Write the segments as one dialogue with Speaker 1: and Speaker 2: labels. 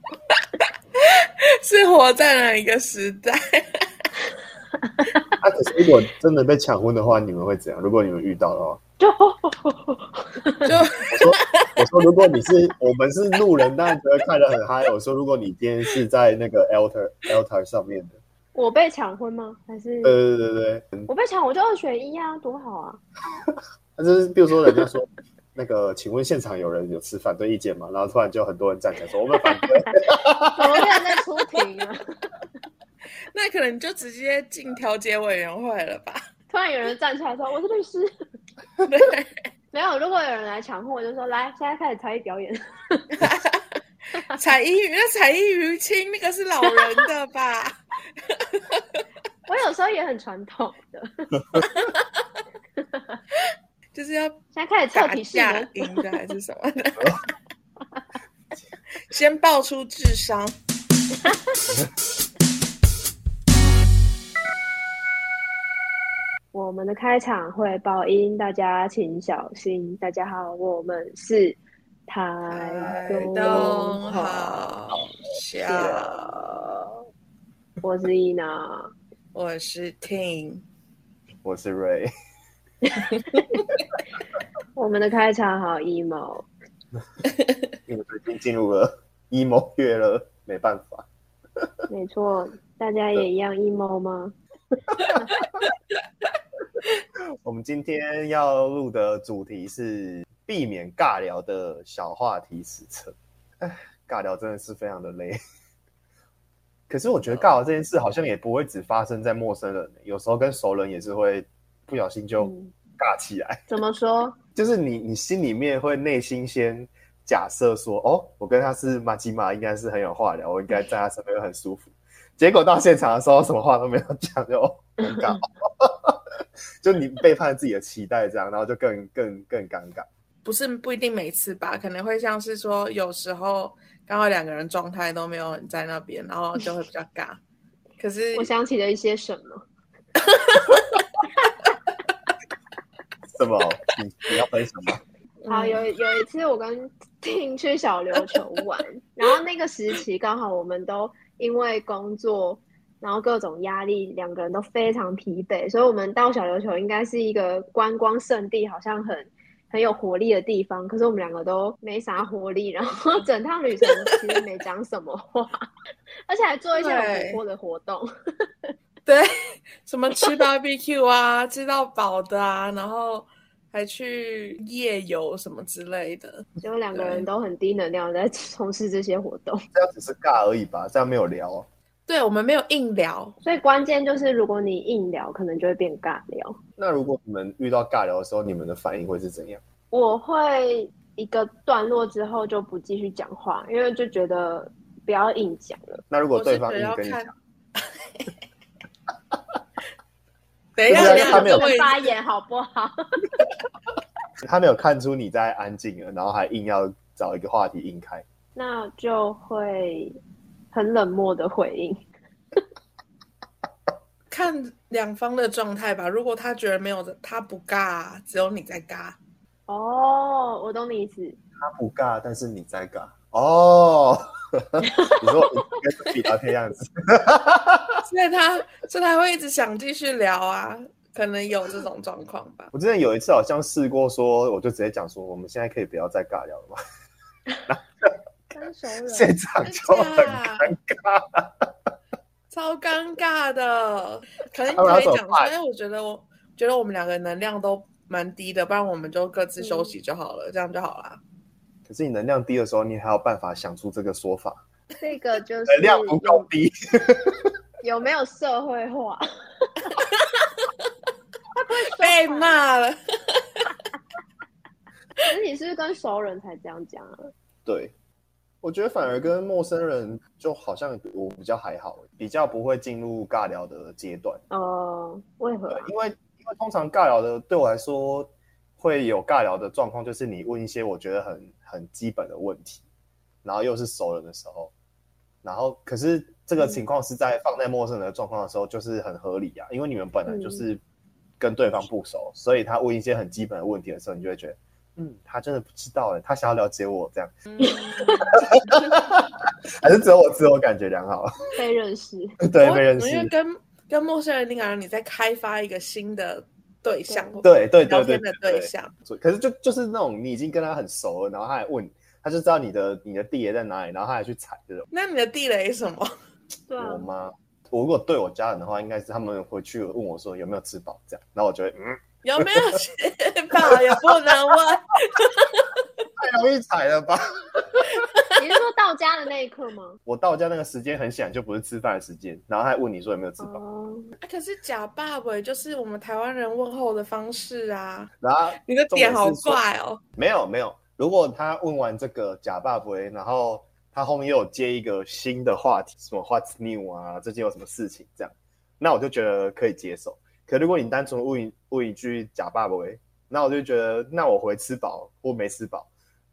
Speaker 1: 是活在哪一个时代？
Speaker 2: 啊，可是如果真的被抢婚的话，你们会怎样？如果你们遇到的话，
Speaker 3: 就
Speaker 1: 就
Speaker 2: 我说，我说，如果你是我们是路人，当然觉得看得很嗨。我说，如果你今天是在那个 altar altar 上面的，
Speaker 3: 我被抢婚吗？还是
Speaker 2: 对对对嗯对，
Speaker 3: 我被抢我就二选一啊，多好啊！
Speaker 2: 那就是比如说人家说那个，请问现场有人有持反对意见吗？然后突然就很多人站起来说我们反对，
Speaker 3: 怎么变在出庭啊？
Speaker 1: 那可能你就直接进调解委员会了吧？
Speaker 3: 突然有人站出来说我是律师，
Speaker 1: 对，
Speaker 3: 没有。如果有人来抢婚，我就说来，现在开始才艺表演。
Speaker 1: 才艺那才艺于亲那个是老人的吧？
Speaker 3: 我有时候也很传统的，
Speaker 1: 就是要
Speaker 3: 现在开始测
Speaker 1: 打
Speaker 3: 体式
Speaker 1: 架
Speaker 3: 了。
Speaker 1: 赢的还是什么的？ 先爆出智商。
Speaker 3: 我们的开场会爆音，大家请小心。大家好，我们是台东好
Speaker 1: 哎好笑，
Speaker 3: 笑，我是伊娜。
Speaker 1: 我是 Ting，
Speaker 2: 我是 Ray，
Speaker 3: 我们的开场好，E emo，
Speaker 2: 因为最近进入了 emo 月了，没办法，
Speaker 3: 没错，大家也一样 emo 吗？
Speaker 2: 我们今天要录的主题是避免尬聊的小话题史册。哎，尬聊真的是非常的累。 可是我觉得尬聊这件事好像也不会只发生在陌生人，有时候跟熟人也是会不小心就
Speaker 3: 嗯，
Speaker 2: 尬起来。
Speaker 3: 怎么说？
Speaker 2: 就是你你心里面会内心先假设说，哦，我跟他是马吉马，应该是很有话聊，我应该在他身边会很舒服。结果到现场的时候，什么话都没有讲， 就哦很尬， 就你背叛自己的期待，这样，然后就更更更尴尬。
Speaker 1: 不是不一定每次吧，可能会像是说有时候刚好两个人状态都没有人在那边，然后就会比较 尬。可是
Speaker 3: 我想起了一些什么？
Speaker 2: 什么？你你要分享吗？
Speaker 1: 嗯
Speaker 3: 好，啊有有一次我跟 婷去小琉球玩，然后那个时期刚好我们都因为工作，然后各种压力，两个人都非常疲惫，所以我们到小琉球应该是一个观光胜地，好像很很有活力的地方。可是我们两个都没啥活力，然后整趟旅程其实没讲什么话，而且还做一些很活泼的活动。
Speaker 1: 对 什么吃 barbecue 啊，吃到饱的啊，然后还去夜游什么之类的。
Speaker 3: 就两个人都很低能量在从事这些活动，
Speaker 2: 这样只是尬而已吧，这样没有聊啊。
Speaker 1: 对我们没有硬聊，
Speaker 3: 所以关键就是如果你硬聊，可能就会变尬聊。
Speaker 2: 那如果你们遇到尬聊的时候，你们的反应会是怎样？
Speaker 3: 我会一个段落之后就不继续讲话，因为就觉得不要硬讲了。
Speaker 2: 那如
Speaker 1: 我是
Speaker 2: 果对
Speaker 1: 觉
Speaker 2: 方
Speaker 1: 得
Speaker 2: 硬
Speaker 1: 要
Speaker 2: 跟你
Speaker 1: 看
Speaker 2: 讲，。
Speaker 1: 等一下，
Speaker 2: 就
Speaker 1: 等一
Speaker 2: 是他
Speaker 1: 下，
Speaker 2: 没有
Speaker 1: 这位
Speaker 3: 发言好不好？
Speaker 2: 他没有看出你在安静了，然后还硬要找一个话题硬开。
Speaker 3: 那就会很冷漠的回应。
Speaker 1: 看两方的状态吧。如果他觉得没有的，他不尬，啊只有你在尬，
Speaker 3: 哦，我懂你意思。
Speaker 2: 他不尬，但是你在尬哦。 你说我应该是比他这样子，
Speaker 1: 所以他所以他会一直想继续聊啊，可能有这种状况 吧。
Speaker 2: 我之前有一次好像试过说，我就直接讲说，我们现在可以不要再尬聊了吗？
Speaker 3: 分手
Speaker 2: 现场就很尴尬，
Speaker 1: 超尴尬的，可能
Speaker 2: 他们
Speaker 1: 可
Speaker 2: 要
Speaker 1: 以
Speaker 2: 怎么
Speaker 1: 讲说，
Speaker 2: 办
Speaker 1: 哎，我觉得我觉得我们两个能量都蛮低的，不然我们就各自休息
Speaker 2: 嗯
Speaker 1: 就好了，这样就好啦。
Speaker 2: 可是你能量低的时候，你还有办法想出这个说法，
Speaker 3: 这个就是
Speaker 2: 能量不够低，
Speaker 3: 有没有社会 化？
Speaker 1: 被骂了，
Speaker 3: 可是你是不是跟熟人才这样讲啊？
Speaker 2: 对。我觉得反而跟陌生人就好像我比较还好，比较不会进入尬聊的阶段。
Speaker 3: 哦，为何
Speaker 2: 对
Speaker 3: 啊，？
Speaker 2: 因为因为通常尬聊的对我来说会有尬聊的状况，就是你问一些我觉得很很基本的问题，然后又是熟人的时候，然后可是这
Speaker 1: 嗯
Speaker 2: 个情况是在放在陌生人的状况的时候，就是很合理啊，
Speaker 1: 嗯
Speaker 2: 因为你们本来就是跟对方不熟，所以他问一些很基本的问题的时候，你就会觉得嗯，他真的不知道哎，他想要了解我这样，
Speaker 1: 嗯
Speaker 2: 还是只有我自我感觉良好？
Speaker 3: 被认识，
Speaker 2: 对，
Speaker 1: 我
Speaker 2: 被认识
Speaker 1: 因。为跟跟陌生人，你感觉你在开发一个新的对象，或
Speaker 2: 对对
Speaker 1: 聊
Speaker 2: 对
Speaker 1: 天
Speaker 2: 对
Speaker 1: 的
Speaker 2: 对
Speaker 1: 对
Speaker 2: 对
Speaker 1: 象，
Speaker 2: 所以可是就就是那种你已经跟他很熟了，然后他还问，他就知道你的你的地雷在哪里，然后他还去踩这种。
Speaker 1: 那你的地雷是什么？
Speaker 3: 对啊
Speaker 2: 我，妈，我如果对我家人的话，应该是他们回去问我说有没有吃饱这样，然后我就会嗯，
Speaker 1: 有 没有吃饱？也不能问。
Speaker 2: 太容易踩了吧。
Speaker 3: 你是说到家的那一刻 吗？
Speaker 2: 我到家那个时间很显然就不是吃饭的时间，然后他还问你说有没有吃饱，
Speaker 3: 哦，
Speaker 1: 啊可是假爸爸欸就是我们台湾人问候的方式啊，
Speaker 2: 然后
Speaker 1: 你的点好
Speaker 2: 重点是说
Speaker 1: 怪哦。
Speaker 2: 没有没有。如果他问完这个假爸爸，然后他后面又有接一个新的话题，什么 What's new 啊，最近有什么事情这样，那我就觉得可以接受。可如果你单纯问一问一句假爸爸，那我就觉得那我回吃饱或没吃饱，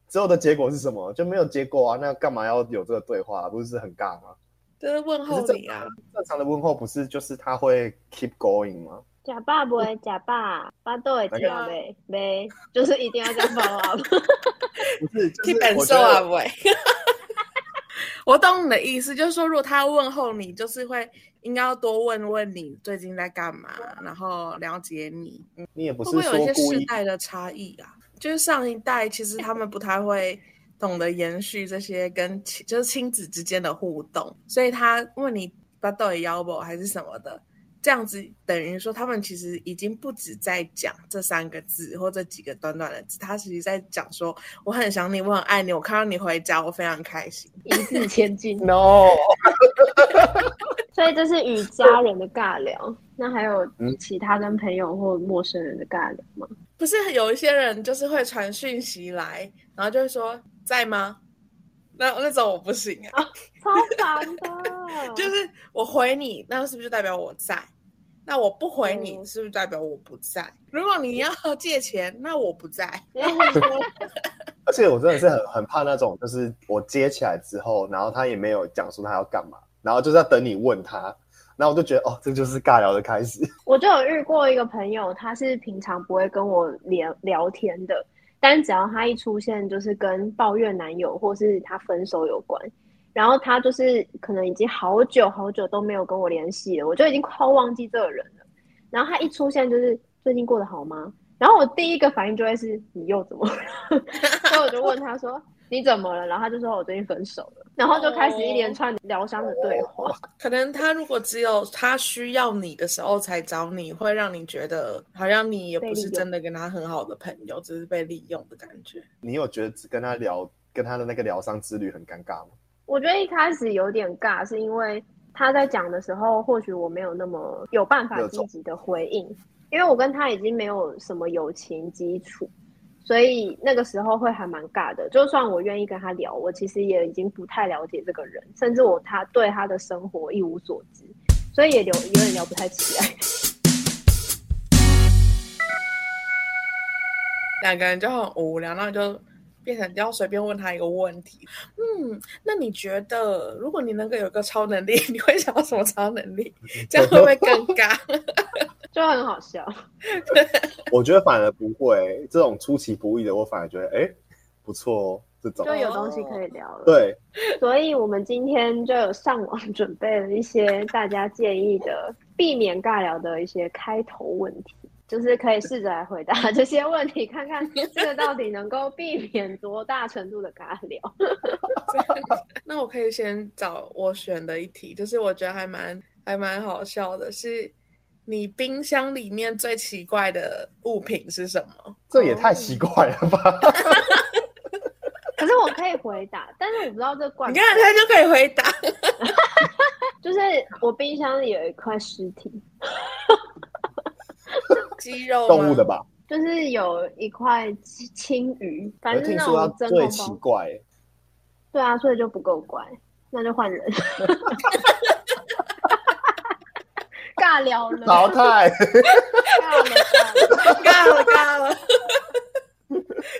Speaker 2: 最后的结果是什么？就没有结果啊！那干嘛要有这个对话？不是很尬吗？
Speaker 1: 就是问候你啊，
Speaker 2: 正常的问候不是就是他会 keep going 吗？
Speaker 3: 假爸不会假爸，爸都会跳呗呗，就是一定要这样报啊。
Speaker 2: 不是，就是
Speaker 1: 基本
Speaker 2: 我觉
Speaker 1: 受
Speaker 2: 得
Speaker 1: 啊，喂。 我懂你的意思，就是说，如果他问候你，就是会应该要多问问你最近在干嘛，然后了解你，
Speaker 2: 你也不
Speaker 1: 会
Speaker 2: 是
Speaker 1: 不会有一
Speaker 2: 说
Speaker 1: 些
Speaker 2: 故
Speaker 1: 世
Speaker 2: 意
Speaker 1: 代的差异啊？就是上一代其实他们不太会懂得延续这些跟亲就是亲子之间的互动，所以他问你把到底要不还是什么的，这样子等于说他们其实已经不止在讲这三个字或这几个短短的字，他其实在讲说我很想你，我很爱你，我看到你回家我非常开心。
Speaker 3: 一字千金。
Speaker 2: no。
Speaker 3: 所以这是与家人的尬聊，那还有
Speaker 2: 嗯
Speaker 3: 其他跟朋友或陌生人的尬聊吗？
Speaker 1: 不是有一些人就是会传讯息来，然后就会说在吗？那那种我不行啊。
Speaker 3: 超烦的，
Speaker 1: 就是我回你，那是不是就代表我在？那我不回你，
Speaker 3: 嗯
Speaker 1: 是不是代表我不在？如果你要借钱，那我不在。
Speaker 2: 而且我真的是很很怕那种，就是我接起来之后，然后他也没有讲说他要干嘛，然后就是要等你问他，然后我就觉得哦，这就是尬聊的开始。
Speaker 3: 我就有遇过一个朋友，他是平常不会跟我聊聊天的，但只要他一出现，就是跟抱怨男友或是他分手有关。然后他就是可能已经好久好久都没有跟我联系了，我就已经快要忘记这个人了。然后他一出现就是最近过得好吗？然后我第一个反应就会是你又怎么了？ 所以我就问他说你怎么了？然后他就说我最近分手了，然后就开始一连串疗伤的对话。
Speaker 1: 可能他如果只有他需要你的时候才找你，会让你觉得好像你也不是真的跟他很好的朋友，只是被利用的感觉。
Speaker 2: 你有觉得只跟他聊，跟他的那个疗伤之旅很尴尬吗？
Speaker 3: 我觉得一开始有点尬，是因为他在讲的时候，或许我没有那么有办法积极的回应，因为我跟他已经没有什么友情基础，所以那个时候会还蛮尬的。就算我愿意跟他聊，我其实也已经不太了解这个人，甚至我他对他的生活一无所知，所以也聊有点聊不太起来。
Speaker 1: 两个人就很无聊，那就变成要随便问他一个问题。嗯，那你觉得如果你能够有个超能力， 你会想要什么超能力？这样会不会更尬？
Speaker 3: 就很好笑，
Speaker 2: 我觉得反而不会，这种出其不意的，我反而觉得哎、诶不错哦，这种
Speaker 3: 就有东西可以聊了。
Speaker 2: 对
Speaker 3: 所以我们今天就有上网 准备了一些大家建议的避免尬聊的一些开头问题，就是可以试着来 回答这些问题，看看这个到底能够避免多大程度的尬聊。
Speaker 1: 那我可以先找我选的一题，就是我觉得还蛮还蛮好笑的，是你冰箱里面最奇怪的物品是什么？
Speaker 2: 这也太奇怪了吧？
Speaker 3: 可是我可以回答，但是我不知道这怪
Speaker 1: 你
Speaker 3: 不
Speaker 1: 看他就可以回答，
Speaker 3: 就是我冰箱里有一块尸体，
Speaker 1: 肌肉吗
Speaker 2: 动物的？吧？
Speaker 3: 就是有一块青青鱼，反
Speaker 2: 我
Speaker 3: 正是
Speaker 2: 听
Speaker 3: 那
Speaker 2: 说
Speaker 3: 种
Speaker 2: 它
Speaker 3: 真
Speaker 2: 最
Speaker 3: 空
Speaker 2: 奇
Speaker 3: 包。
Speaker 2: 怪、
Speaker 3: 对啊，所以就不够乖，那就换人。 尬聊了，
Speaker 2: 淘汰。
Speaker 3: 尬
Speaker 1: 尬
Speaker 3: 了尬了。
Speaker 1: 了尬了。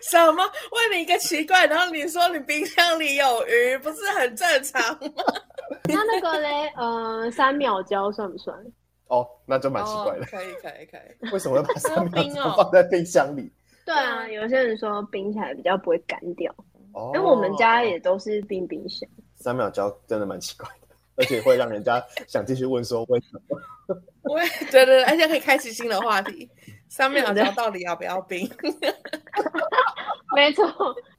Speaker 1: 什么？问你一个奇怪，然后你说你冰箱里有鱼，不是很正常吗？
Speaker 3: 那那个嘞，呃，三秒胶算不算？
Speaker 2: 哦，那就蛮奇怪的
Speaker 1: 哦，可以可以可以。
Speaker 2: 为什么要把三
Speaker 1: 要
Speaker 2: 秒
Speaker 1: 冰哦
Speaker 2: 钟放在冰箱里？
Speaker 3: 对啊，有些人说冰起来比较不会干掉，
Speaker 2: 哦，
Speaker 3: 哎因为我们家也都是冰冰箱。
Speaker 2: 三秒胶真的蛮奇怪的，而且会让人家想继续问说为什么。
Speaker 1: 我也对对对，而且可以开启新的话题。三面老胶到底要啊不要冰？
Speaker 3: 没错，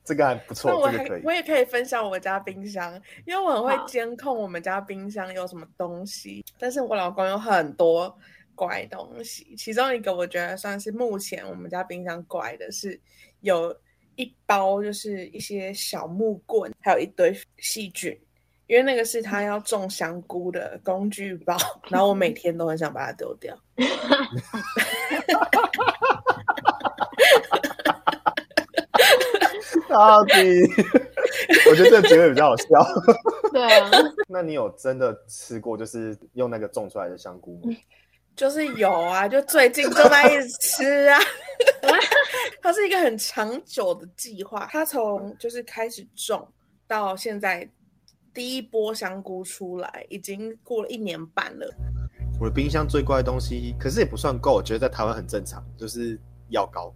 Speaker 2: 这个还不错
Speaker 1: 那我，
Speaker 2: 这个
Speaker 1: 还
Speaker 2: 可以
Speaker 1: 我。也可以分享我家冰箱，因为我很
Speaker 3: 好
Speaker 1: 会监控我们家冰箱有什么东西，但是我老公有很多怪东西，其中一个我觉得算是目前我们家冰箱怪的是有一包就是一些小木棍，还有一堆细菌。因为那个是
Speaker 2: 嗯
Speaker 1: 他要种香菇的工具包，然后我每天都很想把它丢掉。
Speaker 2: 到底，我觉得这个结尾比较好笑。
Speaker 3: 对啊，
Speaker 2: 那你有真的吃过就是用那个种出来的香菇吗？
Speaker 1: 就是有啊，就最近就在一直吃啊。 它是一个很长久的计划，它从就是开始种到现在，第一波香菇出来已经过了一年半了。
Speaker 2: 我的冰箱最怪的东西，可是也不算够，我觉得在台湾很正常，就是药膏，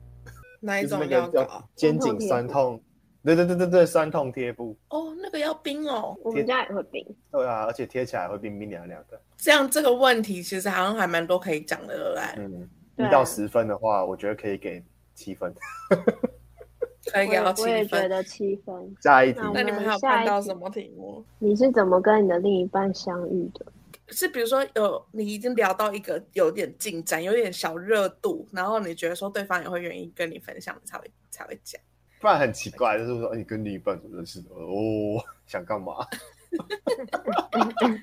Speaker 1: 哪一
Speaker 2: 就是那
Speaker 1: 种
Speaker 2: 个
Speaker 1: 药膏
Speaker 2: 叫？肩颈酸痛，对对对对对，酸痛贴布，
Speaker 1: 哦，那个要冰哦。
Speaker 3: 我们家也会冰。
Speaker 2: 对啊，而且贴起来会冰冰凉凉的。
Speaker 1: 这样这个问题其实好像还蛮多可以讲的，对不对？
Speaker 2: 嗯，
Speaker 3: 对啊
Speaker 2: 一到十分的话，我觉得可以给七分。
Speaker 1: 可以
Speaker 3: 我
Speaker 1: 给
Speaker 3: 也
Speaker 1: 到
Speaker 3: 我也
Speaker 1: 七
Speaker 3: 觉
Speaker 1: 分。
Speaker 3: 得七分。
Speaker 2: 下一题，
Speaker 3: 那我
Speaker 1: 那你们还有
Speaker 3: 下
Speaker 1: 看
Speaker 3: 一
Speaker 1: 到
Speaker 3: 题
Speaker 1: 什么题目？
Speaker 3: 你是怎么跟你的另一半相遇的？
Speaker 1: 是比如说有你已经聊到一个有点进展、有点小热度，然后你觉得说对方也会愿意跟你分享，才会才会讲。
Speaker 2: 不然很奇怪，就是说，哎，你跟另一半怎么认识的？哦， 想干嘛？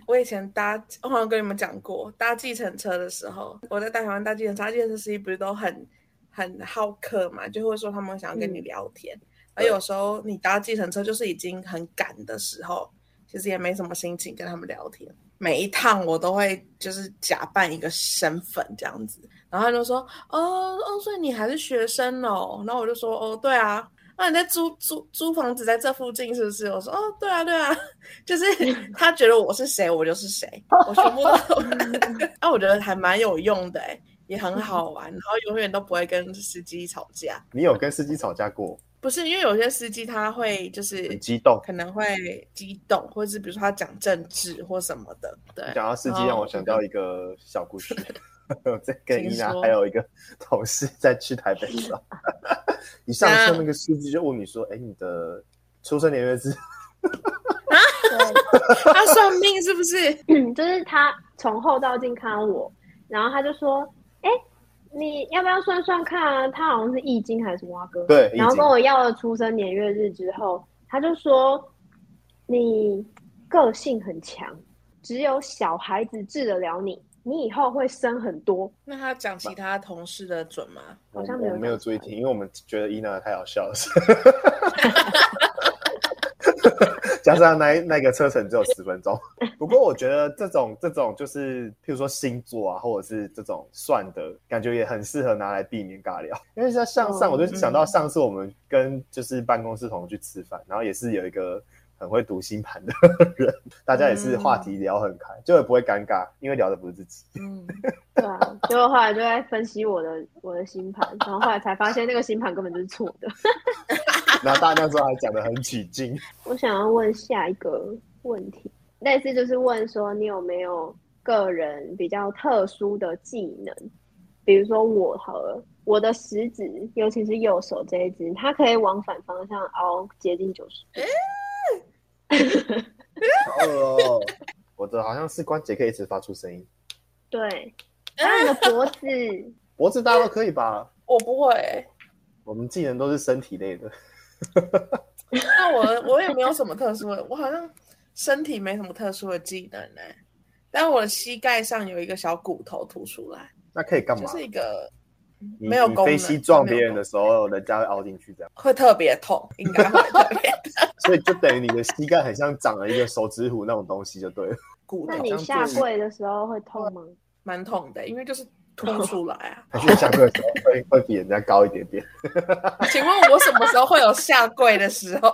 Speaker 1: 我以前搭，我好像跟你们讲过，搭计程车的时候，我在大台湾搭计程车，搭计程车司机不是都很很好客嘛，就会说他们想要跟你聊天，而
Speaker 2: 对
Speaker 1: 有时候你搭计程车就是已经很赶的时候，其实也没什么心情跟他们聊天。每一趟我都会就是假扮一个身份这样子，然后他就说，哦哦，所以你还是学生哦，然后我就说，哦，对啊。那、你在租租租房子在这附近是不是？我说哦，对啊对啊，就是他觉得我是谁，我就是谁，我全部 都。那、我觉得还蛮有用的、欸，也很好玩，然后永远都不会跟司机吵架。
Speaker 2: 你有跟司机吵架过？
Speaker 1: 不是因为有些司机他会就是
Speaker 2: 很激动，
Speaker 1: 可能会激动，或是比如说他讲政治或什么的，对。
Speaker 2: 讲到司机，
Speaker 1: 哦
Speaker 2: 让我想到一个小故事。我在跟伊娜
Speaker 1: 请说
Speaker 2: 还有一个同事在去台北的时候，一上车那个司机就问你说：“哎，你的出生年月日
Speaker 1: 他算命是不是？
Speaker 3: 对，嗯就是他从后到近看我，然后他就说：“哎、你要不要算算看啊？”他好像是易经还是什么啊哥？
Speaker 2: 对易经
Speaker 3: 然后跟我要了出生年月日之后，他就说：“你个性很强，只有小孩子治得了你，你以后会生很多。
Speaker 1: 那他讲其他同事的准吗？”
Speaker 2: 我
Speaker 3: 好像没
Speaker 2: 嗯
Speaker 3: 有
Speaker 2: 我没有注意
Speaker 3: 讲
Speaker 2: 听，因为我们觉得伊娜太好笑了， 加上那那个车程只有十分 钟。不过我觉得这种这种就是，譬如说星座啊，或者是这种算的感觉，也很适合拿来避免尬聊。因为像上上，
Speaker 3: 哦
Speaker 2: 我就想到上次我们跟就是办公室同事去吃饭，然后也是有一个很会读星盘的人，大家也是话题
Speaker 3: 嗯
Speaker 2: 聊很开，就也不会尴尬，因为聊的不是自己。
Speaker 1: 嗯，
Speaker 3: 对啊，结果后来就在分析我的我的星盘，然后后来才发现那个星盘根本就是错的。
Speaker 2: 然后大家那时候还讲得很起劲。
Speaker 3: 我想要问下一个问题，类似就是问说你有没有个人比较特殊的技能，比如说我好了，我的食指，尤其是右手这一只，它可以往反方向凹接近九十。
Speaker 2: 好恶哦，我的好像是关节可以一直发出声音，
Speaker 3: 对，那你的脖子，
Speaker 2: 脖子大家都可以吧？
Speaker 1: 我不会、欸
Speaker 2: 我们技能都是身体类的，
Speaker 1: 那我我也没有什么特殊的，我好像身体没什么特殊的技能呢、但我的膝盖上有一个小骨头凸出来，
Speaker 2: 那可以干
Speaker 1: 就
Speaker 2: 嘛？
Speaker 1: 是一个
Speaker 2: 你
Speaker 1: 没有
Speaker 2: 你
Speaker 1: 功
Speaker 2: 飞
Speaker 1: 能
Speaker 2: 膝
Speaker 1: 它
Speaker 2: 撞
Speaker 1: 没
Speaker 2: 别
Speaker 1: 有
Speaker 2: 人的时候，人家会凹进去这样，
Speaker 1: 会特别痛，应该会特别 痛
Speaker 2: 所以就等于你的膝盖很像长了一个手指虎那种东西就对了。。
Speaker 1: 骨
Speaker 3: 那
Speaker 1: 头
Speaker 3: 你下跪的时候会痛吗？
Speaker 1: 蛮痛的，因为就是凸出来啊
Speaker 2: 还是下课的时候会会比人家高一点点。
Speaker 1: 请问我什么时候会有下跪的时 候？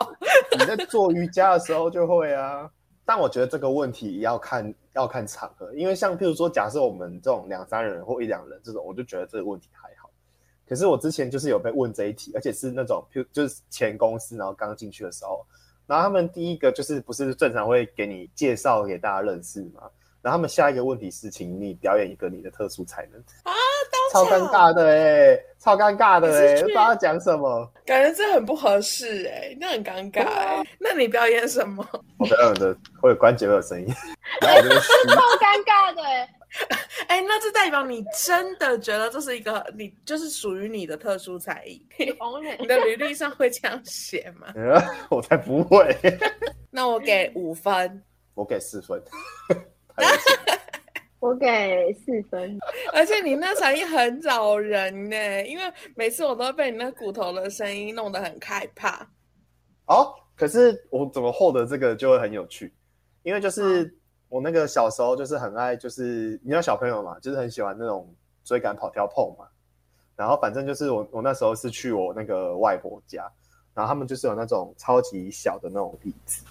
Speaker 2: 你在做瑜伽的时候就会啊。但我觉得这个问题要看要看场合，因为像譬如说，假设我们这种两三人或一两人这种，我就觉得这个问题还好。可是我之前就是有被问这一题，而且是那种，譬如就是前公司，然后刚进去的时候，然后他们第一个就是不是正常会给你介绍给大家认识嘛？然后他们下一个问题是，请你表演一个你的特殊才能，超尴尬的哎、超尴尬的哎、
Speaker 1: 你是去
Speaker 2: 不知道要讲什么。
Speaker 1: 感觉这很不合适哎、那很尴尬
Speaker 2: 啊
Speaker 1: 哎、那你表演什么？
Speaker 2: 我表演的会有关节会有 声音，然后我就会虚
Speaker 3: 超尴尬的欸，
Speaker 1: 哎、那这代表你真的觉得这是一个你就是属于你的特殊才艺？
Speaker 3: 红脸
Speaker 1: 你的履历上会这样写吗？
Speaker 2: 我才不会，
Speaker 1: 那我给五分，
Speaker 2: 我给四分， 太危险了
Speaker 3: 我给四分。
Speaker 1: 而且你那才艺很扰人呢、因为每次我都被你那骨头的声音弄得很害怕。
Speaker 2: 哦，可是我怎么获得这个就会很有趣，因为就是我那个小时候就是很爱，就是你知道小朋友嘛，就是很喜欢那种追赶、跑、跳、碰嘛。然后反正就是我我那时候是去我那个外婆家，然后他们就是有那种超级小的那种椅子。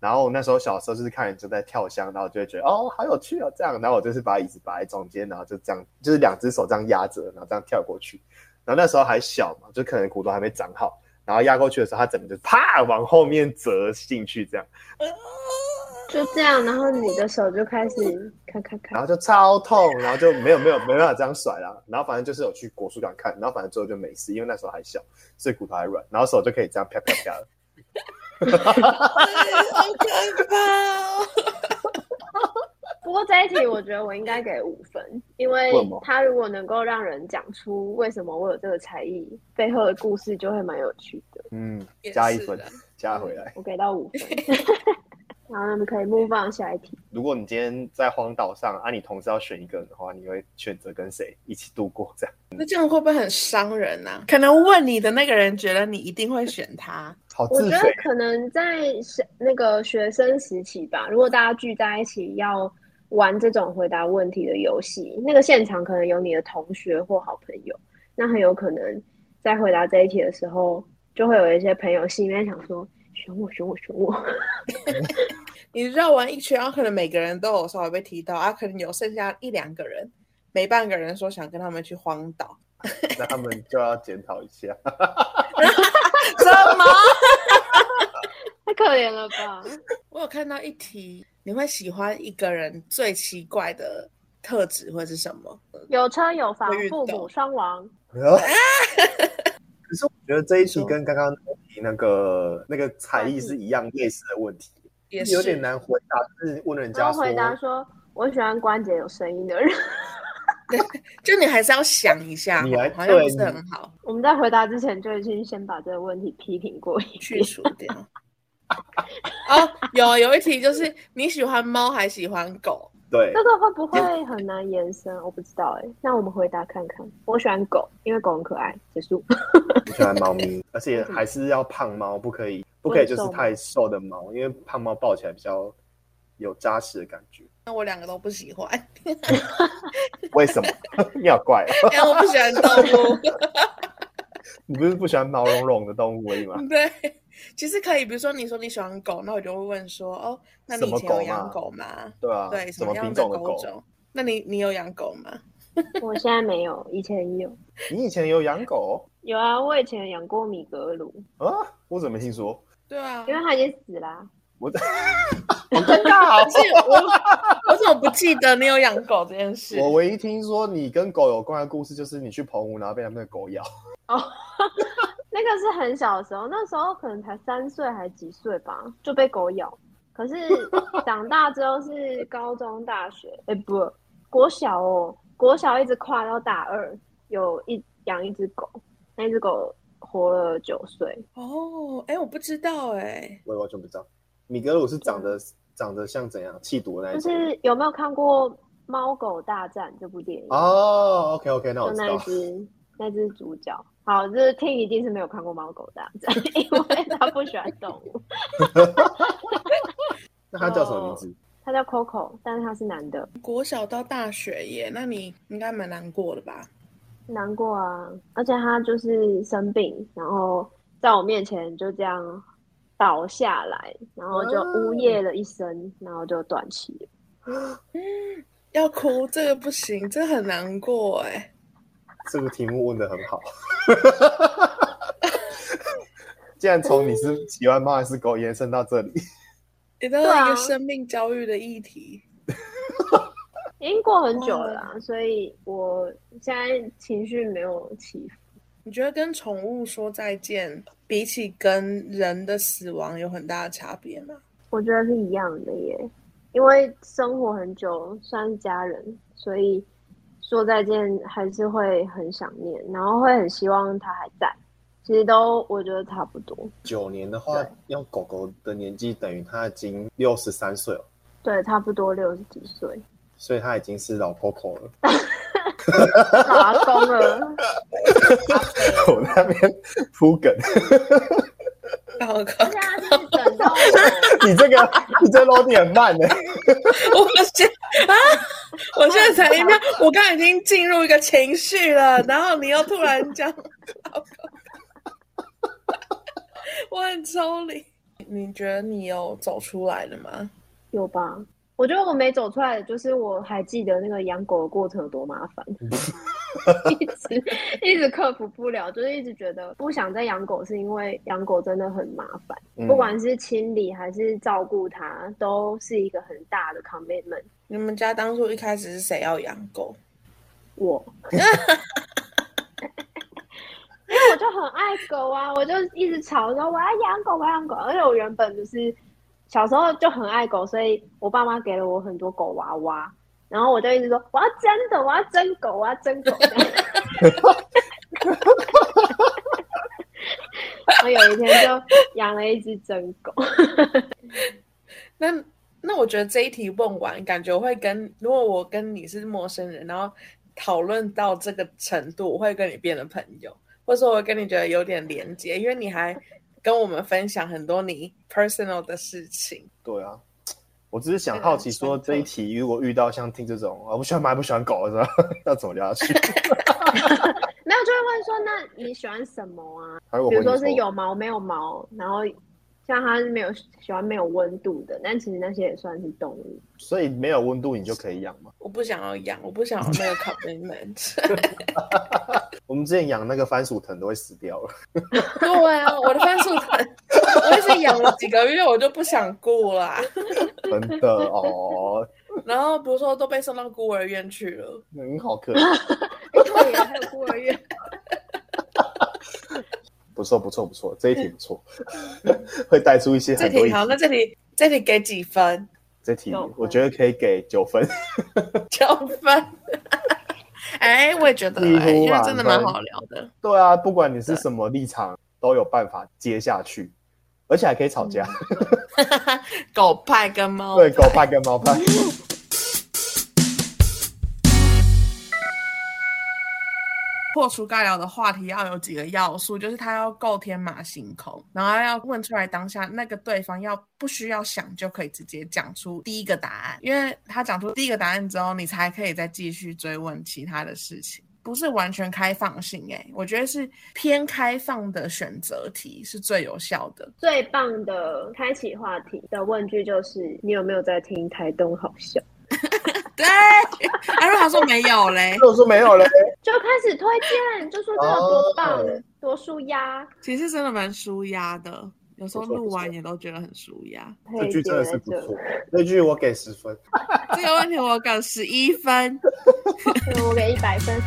Speaker 2: 然后我那时候小时候就是看人就在跳箱，然后就会觉得哦好有趣哦这样，然后我就是把椅子摆在中间，然后就这样就是两只手这样压着，然后这样跳过去。然后那时候还小嘛，就可能骨头还没长好，然后压过去的时候，它整个就啪往后面折进去，这样，
Speaker 3: 就这样，然后你的手就开始咔咔
Speaker 2: 然
Speaker 3: 咔，
Speaker 2: 后就超痛，然后就没有没有没办法这样甩啦。然后反正就是有去国术馆看，然后反正最后就没事，因为那时候还小，所以骨头还软，然后手就可以这样啪啪啪了。
Speaker 1: 好可怕哦！
Speaker 3: 不过这一题我觉得我应该给五分，因为
Speaker 2: 为什么
Speaker 3: 他如果能够让人讲出为什么我有这个才艺背后的故事，就会蛮有趣的。
Speaker 2: 嗯
Speaker 1: 也，是
Speaker 2: 加一分
Speaker 1: 啊，
Speaker 2: 加回来。
Speaker 3: 我给到五分。然后我们可以 move on 下一题。
Speaker 2: 如果你今天在荒岛上，啊，你同时要选一个人的话，你会选择跟谁一起度过？这样
Speaker 1: 那这样会不会很伤人呐、啊？可能问你的那个人觉得你一定会选他，
Speaker 2: 好
Speaker 3: 我觉
Speaker 2: 自
Speaker 3: 得
Speaker 2: 肥。
Speaker 3: 可能在是那个学生时期吧，如果大家聚在一起要玩这种回答问题的游戏，那个现场可能有你的同学或好朋友，那很有可能在回答这一题的时候，就会有一些朋友心里面想说选我选我选我，
Speaker 1: 你绕完一圈，然后可能每个人都有稍微被提到啊，可能有剩下一两个人，没半个人说想跟他们去荒岛，
Speaker 2: 那他们就要检讨一 下。
Speaker 1: 什么？
Speaker 3: 太可怜了吧？
Speaker 1: 我有看到一题，你会喜欢一个人最奇怪的特质会是什么？
Speaker 3: 有车有房
Speaker 1: 会，遇
Speaker 3: 父母
Speaker 1: 到
Speaker 3: 双亡，
Speaker 2: 可是我觉得这一题
Speaker 1: 你说
Speaker 2: 跟刚刚那题那个那个才艺是一样类似的问题，
Speaker 1: 也是
Speaker 2: 有点。难回答。就是问人
Speaker 3: 然
Speaker 2: 家
Speaker 3: 后
Speaker 2: 说，
Speaker 3: 回答说我喜欢关节有声音的人。
Speaker 1: 就你还是要想一下
Speaker 2: 你还，
Speaker 1: 好像不
Speaker 2: 对
Speaker 1: 是
Speaker 2: 你
Speaker 1: 很好
Speaker 3: 我们在回答之前就已经先把这个问题批评过一
Speaker 1: 去
Speaker 3: 遍。
Speaker 1: 除掉。哦，有有一题就是你喜欢猫还喜欢狗？
Speaker 2: 对
Speaker 3: 这个会不会很难延伸？我不知道哎、那我们回答看看。我喜欢狗，因为狗很可爱。结 束。
Speaker 2: 我喜欢猫咪，而且还是要胖猫，不可以不可以就是太瘦的猫，因为胖猫抱起来比较有扎实的感觉。
Speaker 1: 那我两个都不喜欢，
Speaker 2: 为什么？你好怪、哦，
Speaker 1: 因为我不喜欢动物。
Speaker 2: 你不是不喜欢毛茸茸的动物而已 吗？
Speaker 1: 对，其实可以，比如说你说你喜欢狗，那我就会问说，哦，那你
Speaker 2: 什么
Speaker 1: 以前有
Speaker 2: 狗
Speaker 1: 养
Speaker 2: 嘛
Speaker 1: 狗吗？
Speaker 2: 对啊，
Speaker 1: 对，什
Speaker 2: 什
Speaker 1: 么
Speaker 2: 么
Speaker 1: 样
Speaker 2: 品
Speaker 1: 的
Speaker 2: 种的
Speaker 1: 狗
Speaker 2: 狗？
Speaker 1: 种？那你你有养狗吗？
Speaker 3: 我现在没有，以前有。
Speaker 2: 你以前有养狗
Speaker 3: 有啊，我以前养过米格鲁，
Speaker 2: 啊？我怎么没听说？
Speaker 1: 对啊，
Speaker 3: 因为它已经死啦、
Speaker 2: 我 好尴尬、哦
Speaker 1: 可。是我 我怎么不记得你有养狗这件事？
Speaker 2: 我唯一听说你跟狗有关的故事，就是你去澎湖，然后被他们的狗咬。
Speaker 3: 那个是很小的时候，那时候可能才三岁还几岁吧，就被狗咬。可是长大之后是高中、大学，哎、不，国小哦，国小一直跨到大二，有一养一只狗，那只狗活了九岁，
Speaker 1: 哦，哎，我不知道哎、
Speaker 2: 我也完全不知道，米格鲁是长得长得像怎样气毒的那
Speaker 3: 就
Speaker 2: 一种。
Speaker 3: 是有没有看过《猫狗大战》这部电影？
Speaker 2: 哦，OK OK，那
Speaker 3: 就
Speaker 2: 我知
Speaker 3: 那一
Speaker 2: 道。
Speaker 3: 只那只主角。好，这听一定是没有看过《猫狗大战》，因为他不喜欢动物。
Speaker 2: 那它叫什么名字？
Speaker 3: 他叫 Coco，但是他是男的。
Speaker 1: 国小到大学耶，那你应该蛮难过的吧？
Speaker 3: 难过啊，而且他就是生病，然后在我面前就这样倒下来，然后就呜咽了一声，然后就断气了。
Speaker 1: 要哭这个不行，这很难过哎、
Speaker 2: 这个题目问的很好。 竟然从你是喜欢猫还是狗延伸到这里，
Speaker 1: 你到
Speaker 3: 对
Speaker 1: 了一
Speaker 3: 啊
Speaker 1: 个生命教育的议题。
Speaker 3: 已经过很久了啦，所以我现在情绪没有起伏。
Speaker 1: 你觉得跟宠物说再见，比起跟人的死亡有很大的差别吗？
Speaker 3: 我觉得是一样的耶，因为生活很久，算是家人，所以说再见还是会很想念，然后会很希望他还在。其实都我觉得差不多，
Speaker 2: 九年的话
Speaker 3: 对，
Speaker 2: 用狗狗的年纪等于它已经六十三岁了，
Speaker 3: 对，差不多六十几岁，
Speaker 2: 所以它已经是老 Coco 了。
Speaker 3: 老阿公了。
Speaker 2: 我在那边铺梗，
Speaker 1: 然后
Speaker 3: 而且他是等到
Speaker 2: 你这个 你这 loading 很慢欸呢、
Speaker 1: 我现啊，我现在才一秒，我刚才已经进入一个情绪了，然后你又突然讲，我很抽离。你觉得你有走出来了吗？
Speaker 3: 有吧？我觉得我没走出来，就是我还记得那个养狗的过程有多麻 烦，一直一直克服不了，就是一直觉得不想再养狗，是因为养狗真的很麻烦，
Speaker 2: 嗯
Speaker 3: 不管是清理还是照顾它，都是一个很大的 commitment。
Speaker 1: 你们家当初一开始是谁要养狗？
Speaker 3: 我， 因为我就很爱狗啊，我就一直吵说我要养狗，我要养狗。而且我原本就是小时候就很爱狗，所以我爸妈给了我很多狗娃娃，然后我就一直说我要真的，我要真狗，我要真 狗。我有一天就养了一只真狗，
Speaker 1: 那那我觉得这一题问完，感觉我会跟如果我跟你是陌生人，然后讨论到这个程度，我会跟你变成朋友，或者说我会跟你觉得有点连接，因为你还跟我们分享很多你 personal 的事情。
Speaker 2: 对啊，我只是想好奇
Speaker 3: 啊
Speaker 2: 说这一题如果遇到像听这种啊，不喜欢猫还不喜欢狗是吧？ 要怎么聊下去？
Speaker 3: 没有就会问说那你喜欢什么啊？
Speaker 2: 还有
Speaker 3: 比如说是有毛没有毛，然后像它是没有喜欢没有温度的，但其实那些也算是动物。
Speaker 2: 所以没有温度你就可以养嘛。
Speaker 1: 我不想要养，我不想要那个 commitment。
Speaker 2: 我们之前养那个番薯藤都会死掉了，
Speaker 1: 对啊，我的番薯藤，我也是养了几个月，我就不想顾啦、
Speaker 2: 真的哦，
Speaker 1: 然后比如说都被送到孤儿院去了，
Speaker 2: 很嗯好可爱，
Speaker 3: 对，还有孤儿院，
Speaker 2: 不错不错不错，这一题不错， 会带出一些
Speaker 1: 这
Speaker 2: 很多
Speaker 1: 题
Speaker 2: 意
Speaker 1: 好，那
Speaker 2: 思。
Speaker 1: 这里这里给几分？
Speaker 2: 这题
Speaker 3: 九分
Speaker 2: 我觉得可以给九分，
Speaker 1: 九分。 哎，我也觉得、
Speaker 2: 几乎
Speaker 1: 哎因为
Speaker 2: 满
Speaker 1: 真的蛮
Speaker 2: 分
Speaker 1: 好聊的。
Speaker 2: 对啊，不管你是什么立场，都有办法接下去，而且还可以吵架。
Speaker 1: 狗派跟猫
Speaker 2: 对，狗派跟猫派。
Speaker 1: 破除尬聊的话题要有几个要素，就是它要够天马行空，然后要问出来当下那个对方要不需要想就可以直接讲出第一个答案，因为他讲出第一个答案之后，你才可以再继续追问其他的事情。不是完全开放性哎、我觉得是偏开放的选择题是最有效的。
Speaker 3: 最棒的开启话题的问句就是：你有没有在听台东好笑？
Speaker 1: 对， 哎，如果他说没有嘞，
Speaker 2: 如果说没 有嘞，
Speaker 3: 就开始推荐，就说这有多棒，多舒压，
Speaker 1: 其实真的蛮舒压的，有时候
Speaker 2: 不错
Speaker 1: 录
Speaker 2: 不错
Speaker 1: 完也都觉得很舒压。
Speaker 2: 这
Speaker 3: 配
Speaker 2: 句真
Speaker 3: 接
Speaker 2: 的是
Speaker 3: 在
Speaker 2: 不
Speaker 3: 这
Speaker 2: 错，这句我给十分。
Speaker 1: 这个问题我给十一分。
Speaker 3: 对我给一百分。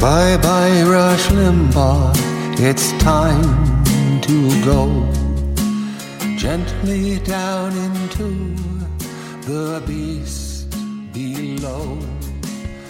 Speaker 4: Bye bye, Rush Limbaugh. It's time to go gently down into the beast below.